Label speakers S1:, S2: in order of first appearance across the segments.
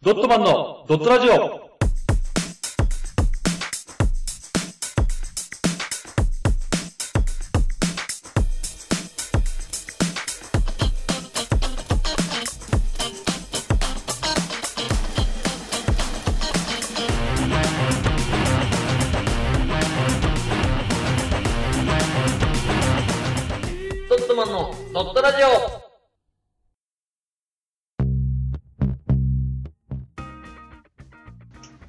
S1: ドットマンのドットラジオ
S2: ドットマンのドットラジオ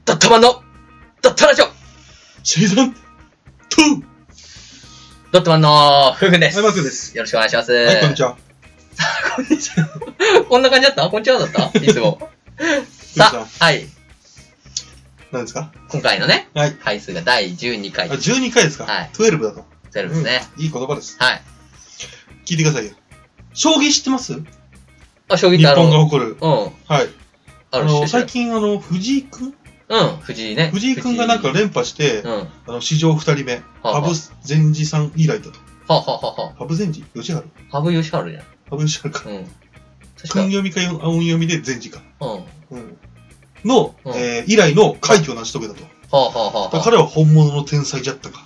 S2: ドットマンのドットラジオ
S3: シーズン 2!
S2: ドットマンの夫婦です。
S3: はいマスクです
S2: よろしくお願いします。
S3: はい、こんにちは。
S2: こんにちは。こんな感じだったこんにちはだったいつ も。さあ、はい。
S3: 何ですか
S2: 今回のね、
S3: はい。
S2: 回数が第12
S3: あ、
S2: 回。
S3: 12回ですか
S2: はい
S3: 12だと。
S2: ゼロですね。
S3: うんいい言葉です。
S2: はい。
S3: 聞いてくださいよ。将棋知ってます日
S2: あ、将棋ってあ
S3: 本が
S2: の、
S3: 誇る。
S2: うん。
S3: はい。
S2: あ
S3: あ
S2: る
S3: の、
S2: し。
S3: 最近あの、藤井くん
S2: うん、藤井ね。
S3: 藤井くんがなんか連覇して
S2: う、ん。は
S3: あの、史上二人目。
S2: あはあ
S3: 羽生善治さん以来だと。
S2: あはあはあは
S3: 羽生善治吉原
S2: あ。羽生善治じゃん。
S3: 羽生吉原か。
S2: うん。確
S3: 訓
S2: か。
S3: 読みか音読みで善治か。
S2: うん。は
S3: うん。の、
S2: うん
S3: えー以来の快挙を成し遂げたと。
S2: あはあはあは
S3: だから彼は本物の天才じゃったか。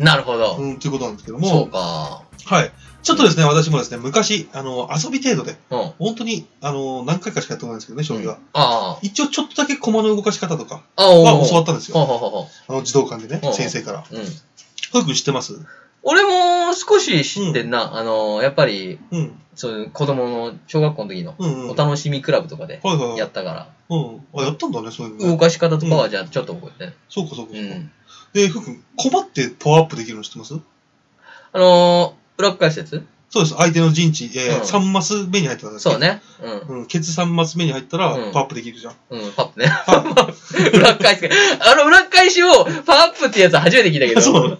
S2: あ。なるほど。
S3: うん、ということなんですけど
S2: そう
S3: も、
S2: か。
S3: はい。ちょっとですね、私もですね、昔、あの、遊び程度で、
S2: うん。
S3: 本当に、あの、何回かしかやったことないんですけどね、将棋は。
S2: あ
S3: 一応、ちょっとだけ駒の動かし方とか
S2: あ。ああ、
S3: は教わったんですよ。
S2: ほうほうほうほ
S3: あの、自動館で
S2: うん
S3: ね、先生から。
S2: う。うん。
S3: ふうくん知ってます
S2: 俺も少し知ってんな。あの、やっぱり、
S3: うん。
S2: そういう子供の小学校の時の
S3: うんうん。
S2: お
S3: はい
S2: 楽しみクラブとかで
S3: はい
S2: や
S3: はい
S2: っ。たから、
S3: うん。あ、やったんだね、そういう
S2: 動
S3: のね。
S2: かし方とかはじゃあちょっと覚えてね。
S3: そうか、そうか。そううか
S2: ん。
S3: で、ふうくん、駒ってパワーアップできるの知ってます
S2: あの、ブラック解説
S3: そうです。相手の陣地、え
S2: う
S3: ー、
S2: ん
S3: 3マス目に入ったら
S2: そう。ね。うん。
S3: うん。ケツ3マス目に入ったら、パ
S2: うん
S3: ワーアップできるじゃん。
S2: うん、パップね。 ブラック返し。あの、ブラック返しを、パップってやつ初めて聞いたけど。
S3: そう
S2: うん。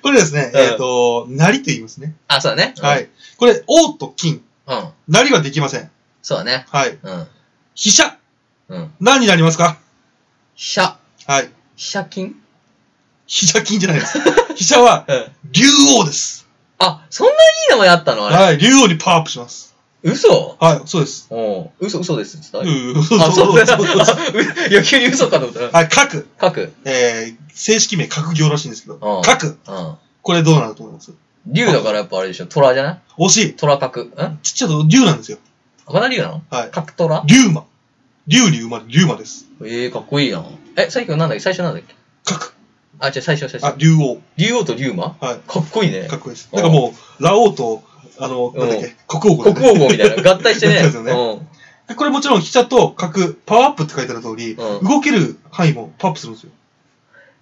S3: これですね、
S2: うん
S3: えっと、成と言いますね。
S2: あ、そうだね。うん
S3: は。い。これ、王と金。
S2: うん。
S3: 成はできません。
S2: そうだね。
S3: はい。
S2: うん。
S3: 飛車。
S2: うん。
S3: 何になりますか
S2: 飛車。
S3: はい。
S2: 飛車金
S3: 飛車金じゃないです。飛車は、
S2: うん。
S3: 竜王です。
S2: あ、そんないい名前あったのあれ。
S3: はい。竜王にパワーアップします。
S2: 嘘
S3: はい、そうです。
S2: うん。嘘、嘘ですって
S3: う
S2: 言っ
S3: ん、そう
S2: た。あ、
S3: そ
S2: そうう
S3: そ
S2: だ
S3: うそうそう。
S2: な。いや、急に嘘かと思った。
S3: はい、角。
S2: 書く。
S3: えー、正式名、角行らしいんですけど。
S2: うん
S3: 角。
S2: うん。
S3: これどうなると思います
S2: 竜だからやっぱあれでしょ。虎じゃない
S3: 惜しい。
S2: 虎角。ん
S3: ちっちゃいと竜なんですよ。
S2: 赤田竜なの
S3: はい。
S2: 角虎
S3: 竜馬。竜に生まれる竜馬です。
S2: ええ、かっこいいな。え、最近なんだっけ最初なんだっけ
S3: 角。
S2: あ、じゃ最初、最
S3: あ
S2: 初、。
S3: 竜王。
S2: 竜王と竜馬
S3: は
S2: かっこいいね
S3: い。。かっこいいです。だからもう、ラオウと、あの、なんだっけ、国王
S2: 国
S3: 語、ね、
S2: 王号みたいな。合体してね。
S3: そうですよね
S2: うん。
S3: でこれもちろん飛車と角、パワーアップって書いてある通り、
S2: うん
S3: 動ける範囲もパワーアップするんですよ。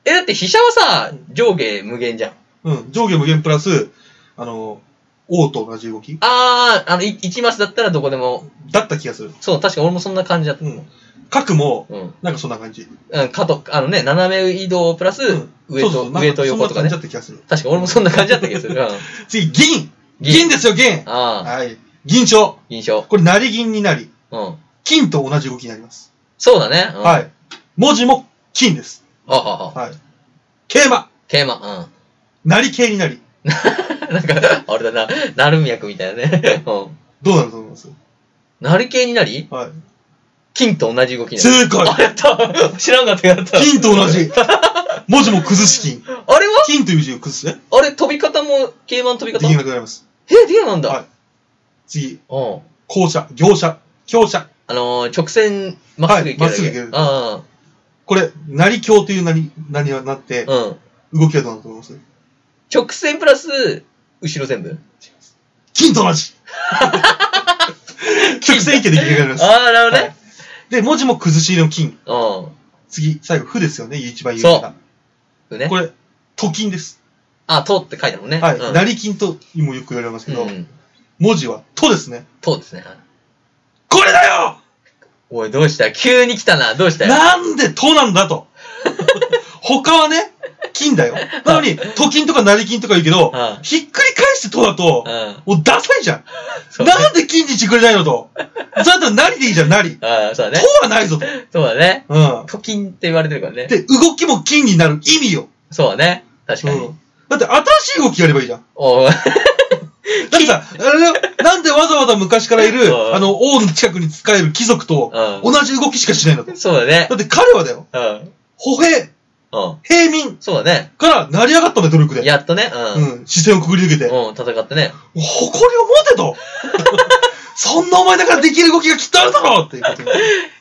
S2: え、だって飛車はさ、上下無限じゃん。
S3: うん、上下無限プラス、あの、王と同じ動き
S2: あー、あの、い一マスだったらどこでも。
S3: だった気がする。
S2: そう、確か俺もそんな感じだった。
S3: うん。角も、
S2: うん。
S3: なんかそんな感じ。
S2: うん、かと、あのね、斜め移動プラス、
S3: うん
S2: 上
S3: そう
S2: と、
S3: そう
S2: 上と横とかね
S3: そんな感じだ。った気がする。
S2: 確か俺もそんな感じだった気がする。うん。あ
S3: 次、銀
S2: 銀
S3: 銀ですよ、銀
S2: あ、
S3: はい。銀賞。
S2: 印象。
S3: これ、成銀になり、
S2: うん。
S3: 金と同じ動きになります。
S2: そうだね。うん、。
S3: はいい。文字も金です。
S2: ははは。
S3: はい。桂馬
S2: テーマ。
S3: 成桂になり、
S2: うん。 なんか、あれだな、鳴宮君みたいなね。 うん。
S3: どうなると思います
S2: なり系になり
S3: はい。
S2: 金と同じ動きになる。
S3: 正解
S2: あ、やった 知らんかった、やった。
S3: 金と同じ。文字も崩し金。
S2: あれは
S3: 金という字を崩すね。
S2: あれ、飛び方も、桂馬の飛び
S3: で
S2: 方
S3: きなくなります。
S2: え、リアなんだ。
S3: はい
S2: う
S3: 次、
S2: ん。
S3: 校舎、業者、強者。
S2: あのー、直線、まっすぐ行けるだけ。
S3: はいまっすぐ行ける
S2: あ
S3: これ、成強という何、何になって、
S2: あ、うん。
S3: 動きはどうなると思います
S2: 直線プラス、後ろ全部。
S3: 金と 同じ直線形で切り替えられます。
S2: ああ、なるほどね。
S3: で、文字も崩し入れの金。
S2: うん。
S3: 次、最後、負ですよね、一番有
S2: そう
S3: 名な。
S2: そうね
S3: こ。れ、と金です。
S2: あ、とって書いてあるもんね。
S3: はい。
S2: うん、
S3: 成金ともよく言われますけど、
S2: うん。
S3: 文字はとですね。
S2: とですね。
S3: これだよ
S2: おい、どうした急に来たな。どうしたよ。
S3: なんでとなん だと。他はね、金だよ。なのに、と金とか成金とか言うけど
S2: は、い
S3: ひっくり返してとだと
S2: う、ん。
S3: もうダサいじゃん。
S2: そうね
S3: なんで金にしてくれない のと。それだったら成でいいじゃん、成。と
S2: ああ、そうだね。
S3: はないぞと。
S2: そうだね。
S3: うん。
S2: と金って言われてるからね。
S3: で、動きも金になる意味よ。
S2: そうだね。確かに。
S3: うん。だって新しい動きやればいいじゃん。
S2: おう
S3: だな んかさ、あれだよなんでわざわざ昔からいる
S2: う、ん
S3: あの、王の近くに仕える貴族と
S2: う
S3: 同じ動きしかしないんだと。
S2: そうだね
S3: だ。って彼はだよ、
S2: うん。
S3: 歩兵、
S2: うん。
S3: 平民
S2: そうだね。
S3: から成り上がったんだよ、努力で。
S2: やっとね。
S3: うん、視線をくぐり抜けて。
S2: うん。うん、戦ってね。
S3: 誇りを持てと そんなお前だからできる動きがきっとあるだろうっていうこ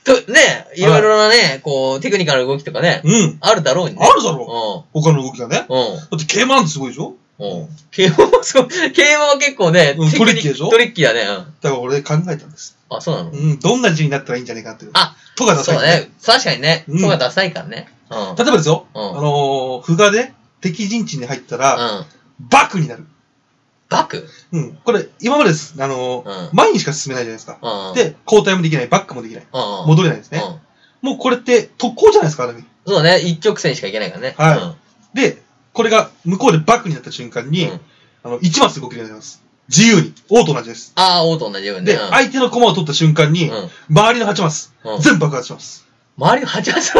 S3: とに
S2: と、ね、いろいろなね、こう、テクニカルな動きとかね、
S3: うん。
S2: あるだろうにね。
S3: あるだろ他の動きがね。
S2: うん。うん。
S3: だって、ケーマンってすごいでしょ
S2: うん。競馬もそう、競馬は結構ね、
S3: うん
S2: テクニ
S3: トリッキーでしょ
S2: トリッキーだね。うん。
S3: だから俺考えたんです。
S2: あ、そうなの
S3: うん、どんな字になったらいいんじゃないかっていう。
S2: あ、
S3: とが出
S2: そう
S3: さ
S2: だ
S3: ない。
S2: ね。確かにね。
S3: うん
S2: そうがダサいからね。うん。うん。
S3: 例えばですよ、
S2: うん
S3: あのー、歩がね、敵陣地に入ったら、バクになる。
S2: バク
S3: うん。これ、今までです。あのー、
S2: うん
S3: 前にしか進めないじゃないですか。
S2: うん。
S3: で、交代もできない、バックもできない。
S2: うん、うん。
S3: 戻れないですね。
S2: うん。
S3: もうこれって特攻じゃないですか、ある意味。
S2: そうだね。一直線しかいけないからね。
S3: はい
S2: うん
S3: で、これが向こうでバックになった瞬間に、
S2: うん
S3: あの、1マス動けるようになります。自由に。王と同じです。
S2: ああ、王と同じようにね。
S3: で、
S2: うん
S3: 相手の駒を取った瞬間に、
S2: うん
S3: 周りの8マス、
S2: うん
S3: 全部爆発します。
S2: 周りを8発回す。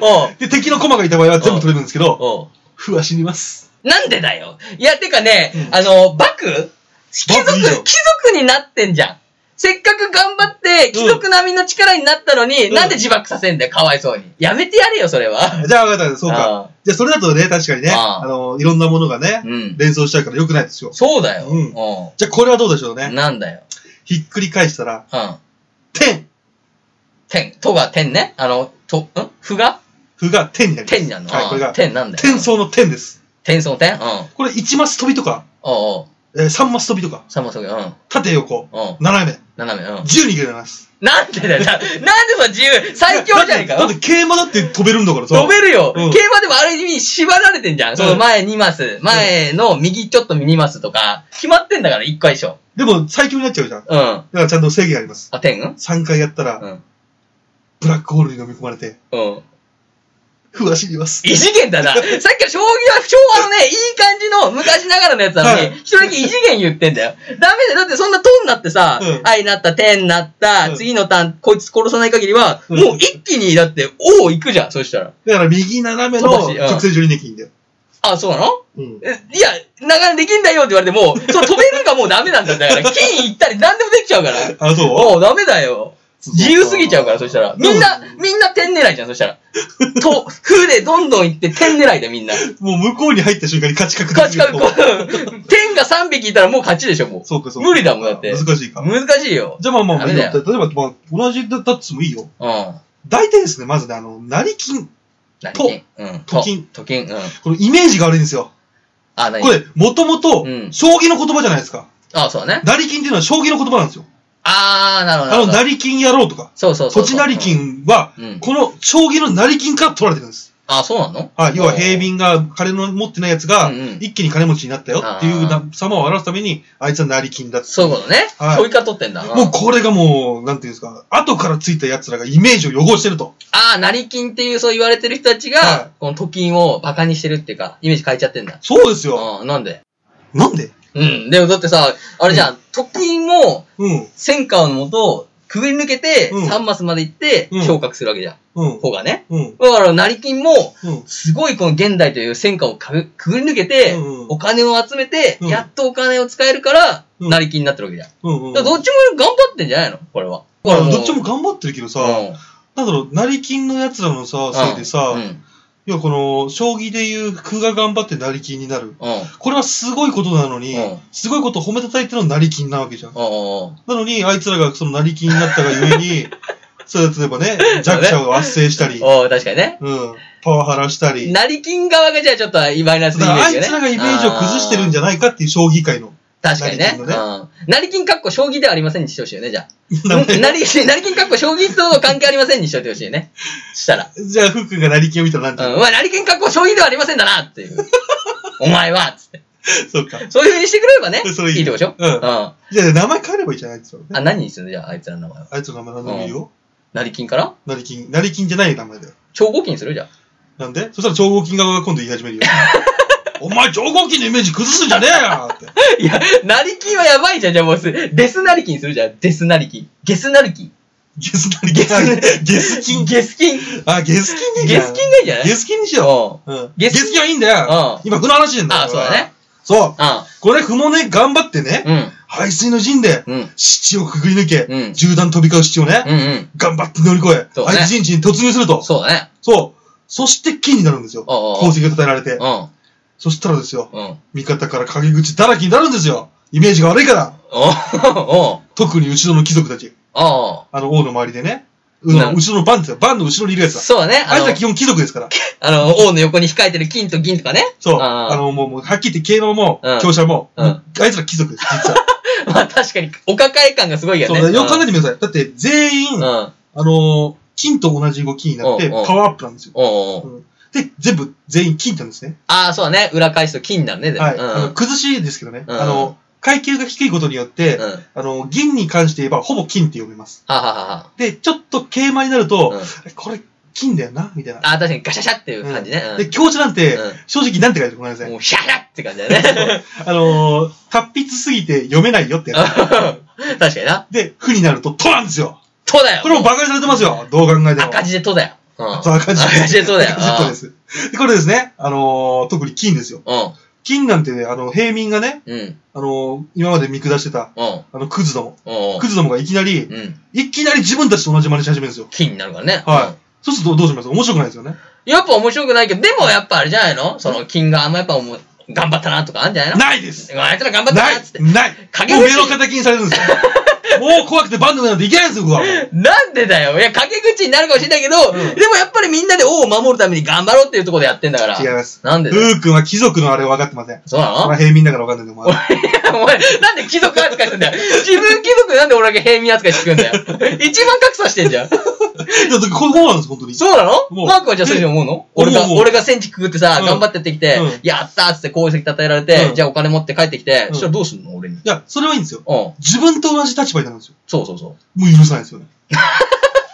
S2: おう
S3: で、敵の駒がいた場合は全部取れるんですけど、
S2: おう
S3: ふわ死にます。
S2: なんでだよ。いや、てかね、
S3: うん
S2: あの、バク貴
S3: バ
S2: 族
S3: クいいじゃん
S2: 貴族になってんじゃん。せっかく頑張って、貴族並みの力になったのに、
S3: うん
S2: なんで自爆させんだよ、かわいそうに。やめてやれよ、それは。
S3: じゃあ分かった、 そうか。
S2: か。
S3: じゃあそれだとね、確かにね、
S2: あ
S3: あの、いろんなものがね
S2: う、ん。
S3: 連想しちゃうから良くないですよ。
S2: そうだよ。
S3: うん
S2: う
S3: じゃあこれはどうでしょうね
S2: ん。。なんだよ。
S3: ひっくり返したら、
S2: うん。
S3: 天
S2: 天、とが天ね。あの、と、んふが
S3: 歩が天になります。
S2: 天になるの。
S3: はい、これ
S2: うん
S3: が、
S2: 天なんだよ。
S3: 天層の天です。
S2: 天層の天うん。
S3: これ1マス飛びとか、
S2: おうおう。
S3: えー、3マス飛びとか、
S2: 三本そげ、うん。
S3: 縦横、
S2: うん。
S3: 斜め、
S2: 斜め、うん。
S3: 自由に行けるようになります。
S2: なんでだよ。ななんでその自由、最強じゃないか。
S3: だってだって競馬だって飛べるんだからさ。
S2: 飛べるよ、
S3: うん
S2: 競馬でもある意味縛られてんじゃん。その前2マス、前の右ちょっと2マスとか、決まってんだから1回でしょ。
S3: でも最強になっちゃうじゃん。だ
S2: うん。あ、
S3: からちゃんと制限あります。
S2: 天うん
S3: 3回やったら、
S2: うん。
S3: ブラックホールに飲み込まれて、
S2: うん。
S3: ふわ死にます。
S2: 異次元だ な。さっきから将棋は、昭和のね、いい感じの昔ながらのやつなの
S3: は
S2: に、
S3: い
S2: 一人だけ異次元言ってんだよ。ダメだよ。だってそんなトンになってさ
S3: うん、
S2: 愛、なった、天になった、
S3: うん
S2: 次のターン、こいつ殺さない限りは、
S3: うん
S2: もう一気に、だって、王行くじゃん、そしたら。
S3: だから右斜めの
S2: 飛ばしうん
S3: 直線上にできんだよ。
S2: あ、そうなの
S3: うん。
S2: えいや、長年できんだよって言われても、そう飛べるがもうダメなんだよだ から、金行ったり何でもできちゃうから。
S3: あ、そう
S2: おう、ダメだよ。
S3: そう
S2: 自由すぎちゃうから、そしたら。みんな
S3: でも、
S2: みんな点狙いじゃん、そしたら。と、 風でどんどん行って点狙いでみんな。
S3: もう向こうに入った瞬間に勝ち確
S2: 勝ち 確
S3: こう
S2: 定。点が3匹いたらもう勝ちでしょ、もう。
S3: そうか、そうか。
S2: 無理だもんだって
S3: 難しいか。
S2: 難しいよ。
S3: じゃあまあまあまあ
S2: ダ
S3: い
S2: メ
S3: いよ。
S2: だ
S3: 例
S2: よ
S3: えば、まあ、同じだったとしてもいいよ。
S2: うん。
S3: 大体ですね、まずね、あの、成金。
S2: 何
S3: と
S2: 金うん。
S3: と金
S2: と金。うん。
S3: このイメージが悪いんですよ。
S2: あ、何
S3: これ、もともと
S2: う、ん
S3: 将棋の言葉じゃないですか。
S2: あ、そうね。
S3: 成金っていうのは将棋の言葉なんですよ。
S2: あー、なるほど。
S3: あの、
S2: なるほど
S3: 成金やろうとか、
S2: そうそうそ
S3: 土
S2: う。
S3: 地成。金は
S2: う、ん
S3: この将棋の成金から取られてるんです。
S2: あ、そうなの
S3: はい、要は平。民が金の持ってないやつが
S2: うんうん、
S3: 一気に金持ちになったよっていうな様を表すために、あいつは成金だって。
S2: そういうことね。
S3: はい
S2: 教育家取ってんだ。
S3: もうこれがもう、なんていうんですか、後からついた奴らがイメージを汚してると。
S2: ああ、成金っていうそう言われてる人たちが、
S3: はい
S2: この都金をバカにしてるっていうか、イメージ変えちゃってんだ。
S3: そうですよ。
S2: うん、なんで
S3: なんで
S2: うん、でもだってさ、あれじゃん、都金も
S3: うん、
S2: 戦火のもと、くぐり抜けて、
S3: うん
S2: 3マスまで行って
S3: うん、
S2: 昇格するわけじゃん。
S3: うん、
S2: 方がね。
S3: うん、
S2: だから、成金も、
S3: うん。
S2: すごいこの現代という戦火をかぐくぐり抜けて、
S3: うんうん
S2: お金を集めて、
S3: うん
S2: やっとお金を使えるから、
S3: うん
S2: 成金になってるわけじゃん。
S3: うんうん
S2: だからどっちも頑張ってんじゃないのこれは。
S3: まあどっちも頑張ってるけど
S2: う
S3: さ、
S2: ん
S3: なんだろう、成金の奴らのさ、せいでさ
S2: う、ん。
S3: 要はこの、将棋でいう、空が頑張って成金になる。
S2: うん。
S3: これはすごいことなのに、
S2: うん
S3: すごいことを褒めたたいての成金なわけじゃん。
S2: うん。うん。
S3: なのに、あいつらがその成金になったがゆえ に、そう例えばね、弱者を圧制したり、
S2: おー確かにね。
S3: うん、パワハラしたり、
S2: 成金側がじゃあちょっとマイナ
S3: だ
S2: スのイ
S3: か
S2: メ
S3: らあ
S2: ージが
S3: い
S2: ね。
S3: つらがイメージを崩してるんじ
S2: ゃ
S3: ゃないかっていう将棋界の
S2: 確かにね。
S3: 成金のね
S2: うん。成金かっこ将棋ではありませんにしてほしいよね、じゃあ。
S3: 名前。
S2: 成金、 成金かっこ将棋との関係ありませんにしておいてほしいよね。したら。
S3: じゃあ、ふっくんが成金を見たらなんて
S2: う
S3: 言
S2: ん。
S3: う
S2: うわ、成金かっこ将棋ではありませんだな っていう。お前は、つって。
S3: そうか。
S2: そういう風にしてくれればね。
S3: それいい
S2: いいってことでしょ
S3: うん
S2: うん。あ、
S3: じゃあ、名前変えればいいじゃないですか、ね。
S2: 何にするのじゃあ、あいつらの名前は。
S3: あいつの名前なんでもいいよ。
S2: 成金から
S3: 成金。成金じゃない名前だよ。
S2: 超合金にするじゃん。
S3: なんでそしたら超合金側が今度言い始める よ。お前、超合金のイメージ崩すんじゃねえよって。
S2: いや、成金はやばいじゃん、じゃあもうす。デス成金にするじゃん。デス成金。ゲス成金。
S3: ゲス金。ゲス、ゲス金。
S2: ゲス金。
S3: あ、ゲス金でいいじ
S2: ゲ
S3: ゃん
S2: ス金がいいんじゃない
S3: ゲス金にしよ
S2: うん。
S3: う。うん。
S2: ゲ
S3: ゲ
S2: ス金
S3: ス金はいいんだよ。
S2: う
S3: 今、この話してんだよ。
S2: あ、そうだね。
S3: そう。
S2: う
S3: これ、ふもね、頑張ってね、
S2: うん。
S3: 排水の陣で、
S2: うん。
S3: 七をくぐり抜け、
S2: うん
S3: 銃弾飛び交う七をね、
S2: うんうん。
S3: 頑張って乗り越え、
S2: そうね
S3: 相手陣地に突入すると。
S2: そうだね。
S3: そう。そして金になるんですよ。
S2: おうおう
S3: 功績が称えられて。
S2: う
S3: そしたらですよ、
S2: ん。うん。
S3: 味方から陰口だらけになるんですよ。イメージが悪いから。
S2: おおう
S3: 特に後ろの貴族たち。
S2: お
S3: あの、王の周りでね。う
S2: な
S3: 後ろの番ですよ。番の後ろにいるや
S2: う
S3: つだ。
S2: そうだね。
S3: あ
S2: あ
S3: いつ
S2: の
S3: は基本貴族ですから。
S2: あの、王の横に控えてる金と銀とかね。
S3: そう。
S2: あー
S3: あの、もう、もうはっきり言って、慶能も
S2: うん、
S3: 強者も、
S2: うん
S3: もうあいつら貴族です、実は。
S2: まあ確かに、お抱え感がすごいよ
S3: そう
S2: ね。
S3: だからよく考え
S2: え
S3: てみてください。だって、全員、
S2: うん。
S3: あ
S2: おう
S3: のー、金と同じ動きになって、
S2: うん
S3: パ
S2: うん
S3: ワーアップなんですよ。
S2: おうおう
S3: うんで、全部、全員金なんですね。
S2: ああ、そうだね。裏返すと金になるね。でも
S3: はい。
S2: う
S3: あの
S2: ん。
S3: 崩しですけどね。
S2: うん
S3: あの、階級が低いことによって、
S2: うん。は
S3: あの、銀に関して言えば、ほぼ金って読めます。
S2: ははは。
S3: で、ちょっと桂馬になると、
S2: うん
S3: えこれ、金だよな、みたいな。
S2: ああ、確かにガシャシャっていう感じね。
S3: で、強者なんて、
S2: うん
S3: 正直なんて書いてごめんな
S2: う
S3: さ
S2: ん。
S3: い。
S2: もう、シャシャって感じだよね。
S3: あのー、達筆すぎて読めないよってやつ。
S2: 確かにな。
S3: で、負になると、となんですよ
S2: とだよ。
S3: これも馬鹿にされてますよどう考えても。
S2: 赤字でとだよ。うん。
S3: そう赤字。
S2: 赤字でとだよ。
S3: 赤字っ子です。で、これですね、あのー、特に金ですよ。
S2: う
S3: 金なんてね、あの、平民がね、
S2: ん。うん。
S3: あのー、今まで見下してた、
S2: うん。
S3: あの、クズども。
S2: うん。
S3: クズどもがいきなり、
S2: うん。
S3: いきなり自分たちと同じ真似し始めるんですよ。
S2: 金になるからね。
S3: はい。そうするとどうします面白くないですよね。
S2: い。やっぱ面白くないけど、でもやっぱあれじゃないのその金があんまやっぱ思う頑張ったなとかあるんじゃないの
S3: ないです
S2: あいつら頑張った
S3: な
S2: なっつって
S3: い。ない
S2: 陰口
S3: もう目の敵にされる んですよ。もう怖くてバンドなんていけないんですよ、僕は。
S2: なんでだよ。いや、陰口になるかもしれないけど、
S3: うん
S2: でもやっぱりみんなで王を守るために頑張ろうっていうところでやってんだから。
S3: 違います。
S2: なんでだよ。
S3: ふうくんは貴族のあれ分かってません。
S2: そうなの
S3: まあ平民だから分か んないと思う。
S2: お前、なんで貴族扱いしてんだよ。自分貴族でなんで俺だけ平民扱いしてくんだよ。 一番格差してんじゃん。
S3: いや、だってこうなんです、本当に。
S2: そうな
S3: も
S2: の
S3: う
S2: マークはじゃあそういうふうに思うの
S3: え
S2: 俺が、
S3: 思う思う
S2: 俺が戦地くぐってさ、
S3: うん
S2: 頑張ってってきて
S3: うん、
S2: やったーっつって功績称えられて
S3: う、ん
S2: じゃあお金持って帰ってきて、
S3: う
S2: そ
S3: ん
S2: したらどうすんの俺に。うん。
S3: いや、それはいいんですよ。自分と同じ立場になるんですよ。
S2: そうそうそ
S3: もう許さないですよね。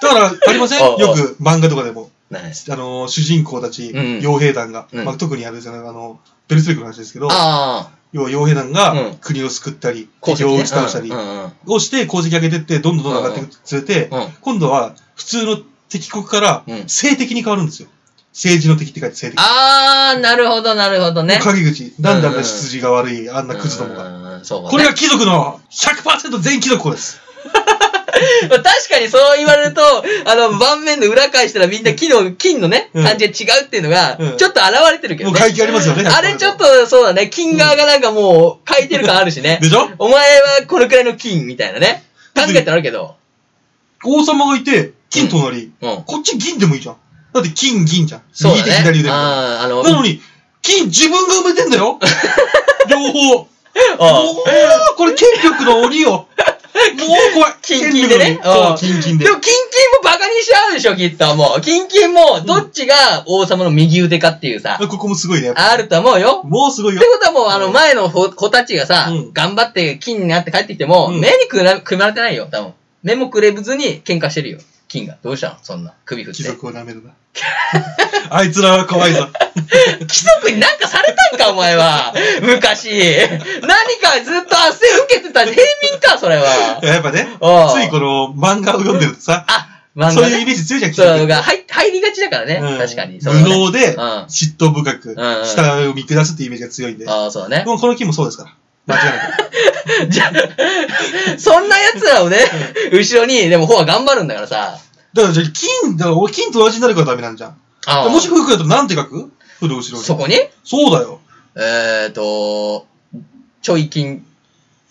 S3: だから、ありませ ん
S2: ああ
S3: よく漫画とかでも、
S2: う。ね
S3: あのー、主人公たち、
S2: うん
S3: 傭兵団が、
S2: うん
S3: まあ、特にあれですよね、あの、ベルスペックの話ですけど、
S2: ああ、
S3: 要は傭兵団
S2: う
S3: が
S2: ん
S3: 国を救ったり、
S2: 功
S3: 敵
S2: 績
S3: を
S2: ね
S3: 打ち倒したり
S2: うんうんうん
S3: をして、功績上げてって、どんどんどんどん上がっていくにつれて、
S2: うん。
S3: 今度は普通の敵国から
S2: うん
S3: 政敵に変わるんですよ。政治の敵って書いて政敵。
S2: ああ、なるほど、なるほどね。
S3: 陰口、なんだんだ出自が悪い、あんなクズどもが。
S2: が。そうだね
S3: これが貴族の100%全貴族子です。
S2: まあ 確かにそう言われると、あの、盤面で裏返したらみんな金の、金のね、
S3: うん
S2: 感じが違うっていうのが、
S3: うん
S2: ちょっと現れてるけど
S3: もう
S2: ね。
S3: 階級ありますよね。100%
S2: あれちょっ。と、そうだね、金側がなんかもう、書いてる感あるしね
S3: で。しょ
S2: お前はこれくらいの金みたいなね。考えてあるけど。
S3: 王様がいて、金隣、
S2: うん。
S3: こっち銀でもいいじゃん。だって金銀じゃん。
S2: そう
S3: 右
S2: だ
S3: 手
S2: ね。
S3: 左腕。
S2: あ
S3: な
S2: ーあの、
S3: のに、金自分が埋めてん だよ両方。
S2: うん
S3: おーこれ権力の鬼よ。もう怖い。
S2: 金金でね
S3: 権力の
S2: うん
S3: 鬼そう、金金で
S2: で。も、金金もバカにしちゃうでしょ、きっともう。金金も、どっちが王様の右腕かっていうさ、
S3: ここもすごいね。
S2: あると思うよ。
S3: もうすごい
S2: っ
S3: よ
S2: て。ことはもう、あの、前の子子たちがさ、
S3: うん
S2: 頑張って金になって帰ってきても、
S3: うん
S2: 目にくら、くまれてないよ、多分。目もくれずに喧嘩してるよ、金が。どうしたのそんな。首振って。
S3: 貴
S2: 貴 族
S3: 族を舐めるな。 あいつらは怖いぞ。
S2: になんかされたんか、お前 は。昔。何かずっと圧政受けてた平民か、それ は。
S3: やっぱね、
S2: おう
S3: ついこの漫画を読んでるとさ、
S2: あ、漫
S3: そう
S2: 画
S3: いうイ
S2: ね。
S3: メージ強いじゃん、貴
S2: そう
S3: 族。
S2: が入入りがちだからね。
S3: うん
S2: 確かに。そうだ
S3: 無
S2: ね
S3: 能で
S2: うん、
S3: 嫉妬深く、
S2: んうん
S3: 下を見下すっていうイメージが強いんで。
S2: ああ、そうだね。
S3: もうこの金もそうですから。間違いな く。
S2: じゃあ、そんな奴らをね、後ろに、でも、ほは頑張るんだからさ。
S3: だからじゃあ金、だから俺金と同じになるからダメなんじゃん。
S2: ああ
S3: もし古くだとなんて書く古後ろに。
S2: そこに
S3: そうだよ。
S2: えーと、ちょい金。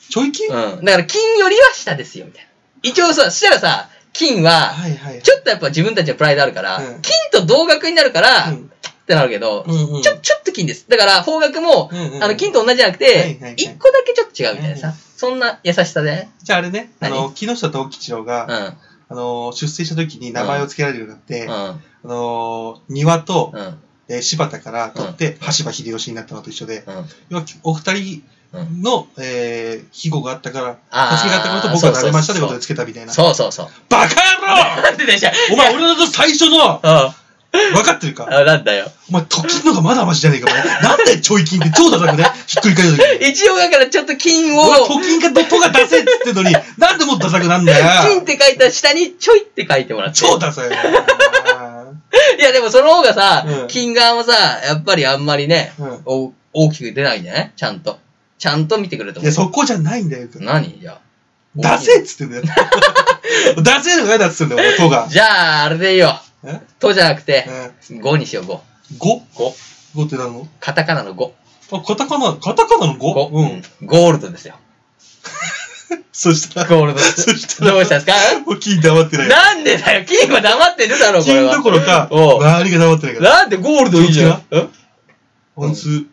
S3: ちょい金
S2: うん。
S3: はい
S2: だから金よりは下ですよ、みたいな。一応さ、そしたらさ、金は、
S3: はいはい。
S2: ちょっとやっぱ自分たちのプライドあるから、
S3: うん
S2: 金と同額になるから、
S3: う
S2: っ
S3: ん
S2: てなるけど、
S3: うんうん
S2: ちょ、ちょっと金です。だから方角も、
S3: うんうん
S2: あの、金と同じじゃなく
S3: はい
S2: て
S3: はいは、い
S2: 一、個だけちょっと違うみたいなさ、
S3: うんう
S2: そんな優しさで。
S3: じゃああれね、あの、
S2: 何
S3: 木下藤吉
S2: う
S3: 郎
S2: ん。う
S3: が、
S2: ん。
S3: あの、出世した時に名前を付けられるようになって、あ
S2: うん。
S3: の、庭と
S2: う、ん。
S3: えー柴田から取って、羽柴秀吉になったのと一緒で、
S2: うん。
S3: 要はお二人
S2: うん。
S3: の、えー、庇護があったから、
S2: あー
S3: 助けがあったからと僕はなれましたってことでつけたみたいな。
S2: そうそうそう。
S3: バ カ野郎
S2: なんででしょ
S3: お前、俺の最初の、
S2: うん。
S3: 分かってるか
S2: あ、なんだよ。
S3: お前、時のがまだマシじゃねえか、お前。なんでちょい金って超ダサくねひっくり返る 時に。
S2: 一応だからちょっと金を、
S3: 俺、時金がどこが出せっつってんのに、なんでもっとダサくなんだ
S2: 金っ
S3: よ。
S2: て書いた下にちょいって書いてもらって。
S3: 超ダサいよ。
S2: いや、でもその方がさ、
S3: うん
S2: 金側もさ、やっぱりあんまりね、
S3: うん
S2: お大きく出ないんじゃないちゃんと。ちゃんと見てくれと
S3: い
S2: 思
S3: や、
S2: う。
S3: そこじゃないんだよ。
S2: 何じゃあ。
S3: 出せっつってんだよ。出せのが嫌だっつってんだよ、俺、とが。
S2: じゃあ、あれでいいよ。
S3: え
S2: とじゃなくて、
S3: え
S2: 5にしよう、5。
S3: ?5?5
S2: 5。
S3: って何の
S2: カタカナの5。
S3: あ、カタカナ、カタカナの 5?
S2: 5。
S3: うん。
S2: ゴールドですよ。
S3: そしたら、
S2: ゴールド。
S3: そしたら
S2: どうしたんですか
S3: もう金黙ってない。
S2: なんでだよ、金は黙ってるだろ、これ
S3: 金
S2: は。
S3: どころか、
S2: おう
S3: 周りが黙ってないから。
S2: なんでゴールドいいじゃん。え
S3: あいつ、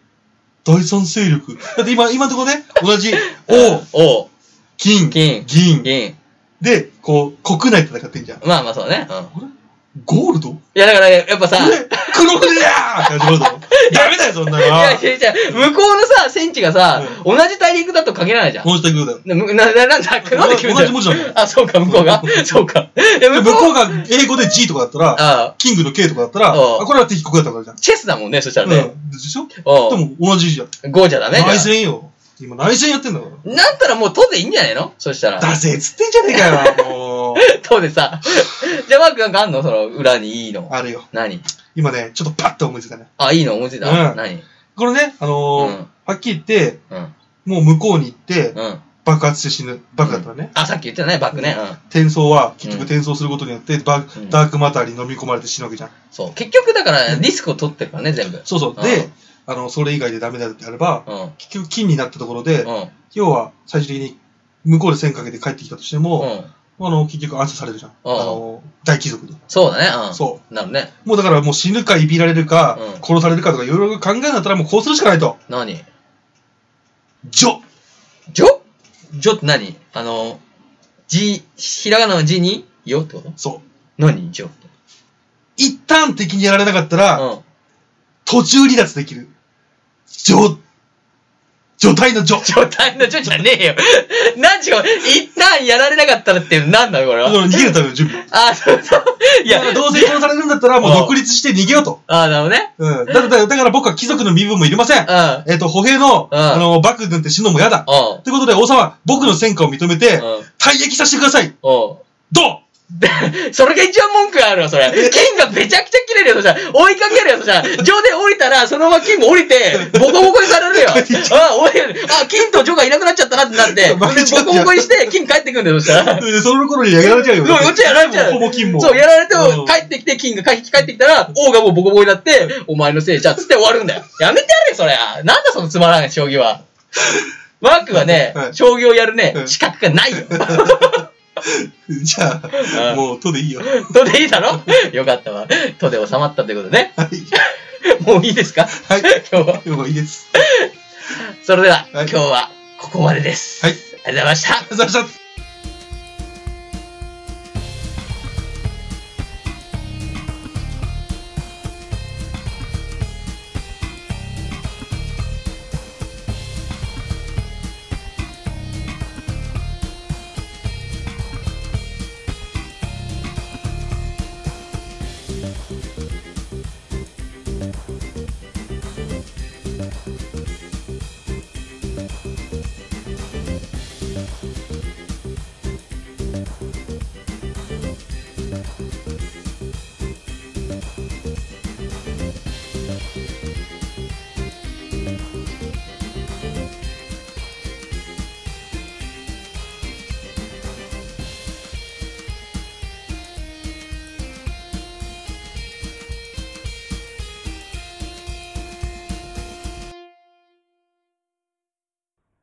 S3: 第三勢力。だって今、今のとこね、同じ、王、
S2: おう
S3: 金、
S2: 金
S3: 銀。
S2: 銀。
S3: で、こう、国内戦ってんじゃん。
S2: まあまあそうね。うん。
S3: ゴールド
S2: いやだから、やっぱさ、い
S3: で、黒船だーって始ま るの。ダメだよ、そんなの。
S2: や違う違う、向こうのさ、戦地がさ、同じ大陸だと限らないじゃん。
S3: こうしたことだよ。
S2: な、な、ななんだ、なんで急に。
S3: 同じ文字だもん
S2: あ、そうか、向こうが。そうか。いや、
S3: で
S2: 向
S3: 向こ
S2: こ
S3: う
S2: う。
S3: が英語で G とかだったら、
S2: ああ
S3: キングの K とかだったら、あ
S2: うん
S3: これは敵国だったからじゃん。
S2: チェスだもんね、そしたらね。
S3: うん。でしょで
S2: おう
S3: も同じじゃん。
S2: ゴージャだね。
S3: 内
S2: じゃ
S3: 戦よ。今内戦やってんだか
S2: あなんたらもう、とでいいんじゃないのそしたら。
S3: ら。だぜっつってんじゃねえかよ、もう。
S2: とでさ。 じゃあ、マークなんかあんのその、裏にいいの。
S3: あるよ。
S2: 何
S3: 今ね、ちょっとパッと思いついたね。
S2: あ、いいの思いついた
S3: うん
S2: 何
S3: これね、あのー
S2: うん
S3: はっきり言って、
S2: うん。
S3: もう向こうに行って、
S2: うん。
S3: 爆発して死ぬ。爆だったらね。
S2: あ、さっき言ってたね、バックね。うん。
S3: 転送は、結
S2: うん
S3: 局転送することによって、バ
S2: うん
S3: ダークマターに飲み込まれて死ぬわけじゃん。
S2: そう。結局、だから、リスクを取ってるからね、全部。
S3: そうそう。
S2: うん
S3: で、あの、それ以外でダメだってあれば、
S2: うん。うん。
S3: 結局金になったところで、
S2: うん。
S3: 要は最終的に向こうで線かけて帰ってきたとしても、
S2: うん。
S3: あの結局暗殺されるじゃん、
S2: うん
S3: あの大貴族に
S2: そうだね。うん。。
S3: そう
S2: なるね。
S3: うもうだからもう死ぬかいびられるか、
S2: うん
S3: 殺されるかとかいろいろ考えるんだったらもうこうするしかないと
S2: 何
S3: ジョ
S2: ジョジョって何あの、じ、ひらがなの字に、よってこと
S3: そう
S2: 何ジョって。
S3: 一旦敵にやられなかったら、
S2: うん。
S3: 途中離脱できるジョ除隊のジョ
S2: 状態のジョじゃねえよ。何違う。一旦やられなかったらって何なのこれ
S3: だ
S2: は。
S3: から逃げるための準備
S2: あ、そうそう。い
S3: だか
S2: や、
S3: らどうせ殺されるんだったらもう独立して逃げようと、
S2: あ、なるほどね。
S3: うん、だからだから僕は貴族の身分もいりません、
S2: う
S3: えっ、と歩兵の,、
S2: うん
S3: あの幕府なんて死ぬのも嫌だ
S2: ん。うん
S3: ということで王様僕の戦果を認めて、
S2: うん
S3: 退役させてください。
S2: おう
S3: ドン
S2: で それが一番文句があるわ、それ。金がめちゃくちゃ切れるよ、そしたら。追いかけるよ、そしたら。ジョで降りたら、そのまま金も降りて、ボコボコにさ れるよ。あ、降りる。あ、金とジョがいなくなっちゃったなってな って、
S3: 負けちゃっ
S2: ボ
S3: た
S2: コボコにして、金帰ってくんだよ、そした ら。
S3: でその頃にやられちゃうよ。
S2: そう、っちゃやられちゃう。
S3: ほぼ金も。
S2: そう、やられて
S3: うん
S2: 帰ってきて、金が帰ってきたら、王がもうボコボコになって、お前のせいじゃ、つって終わるんだよ。やめてやれよ、そりゃ。なんだそのつまらない将棋 は。マークはね
S3: は、い
S2: 将棋をやる
S3: う
S2: ね、
S3: ん
S2: 資格が ないよ。
S3: じゃ
S2: う
S3: あ、
S2: ん
S3: もう、とでいいよ。は
S2: とでいいだろ よかったわ。とで収まったということでね。
S3: い。
S2: もういいですか
S3: はい。
S2: 今日は。
S3: もうい いです。
S2: それでは、今
S3: はい
S2: 日はここまでです。
S3: はい。
S2: ありがとうございました。
S3: ありがとうございました。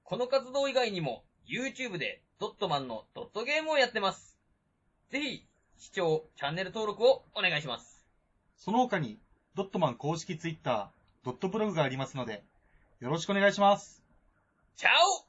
S2: この活動以外にも、YouTube でドットマンのドットゲームをやってます。ぜひ、視聴、チャンネル登録をお願いします。
S4: その他に、ドットマン公式ツイッター、ドットブログがありますので、よろしくお願いします。
S2: Ciao!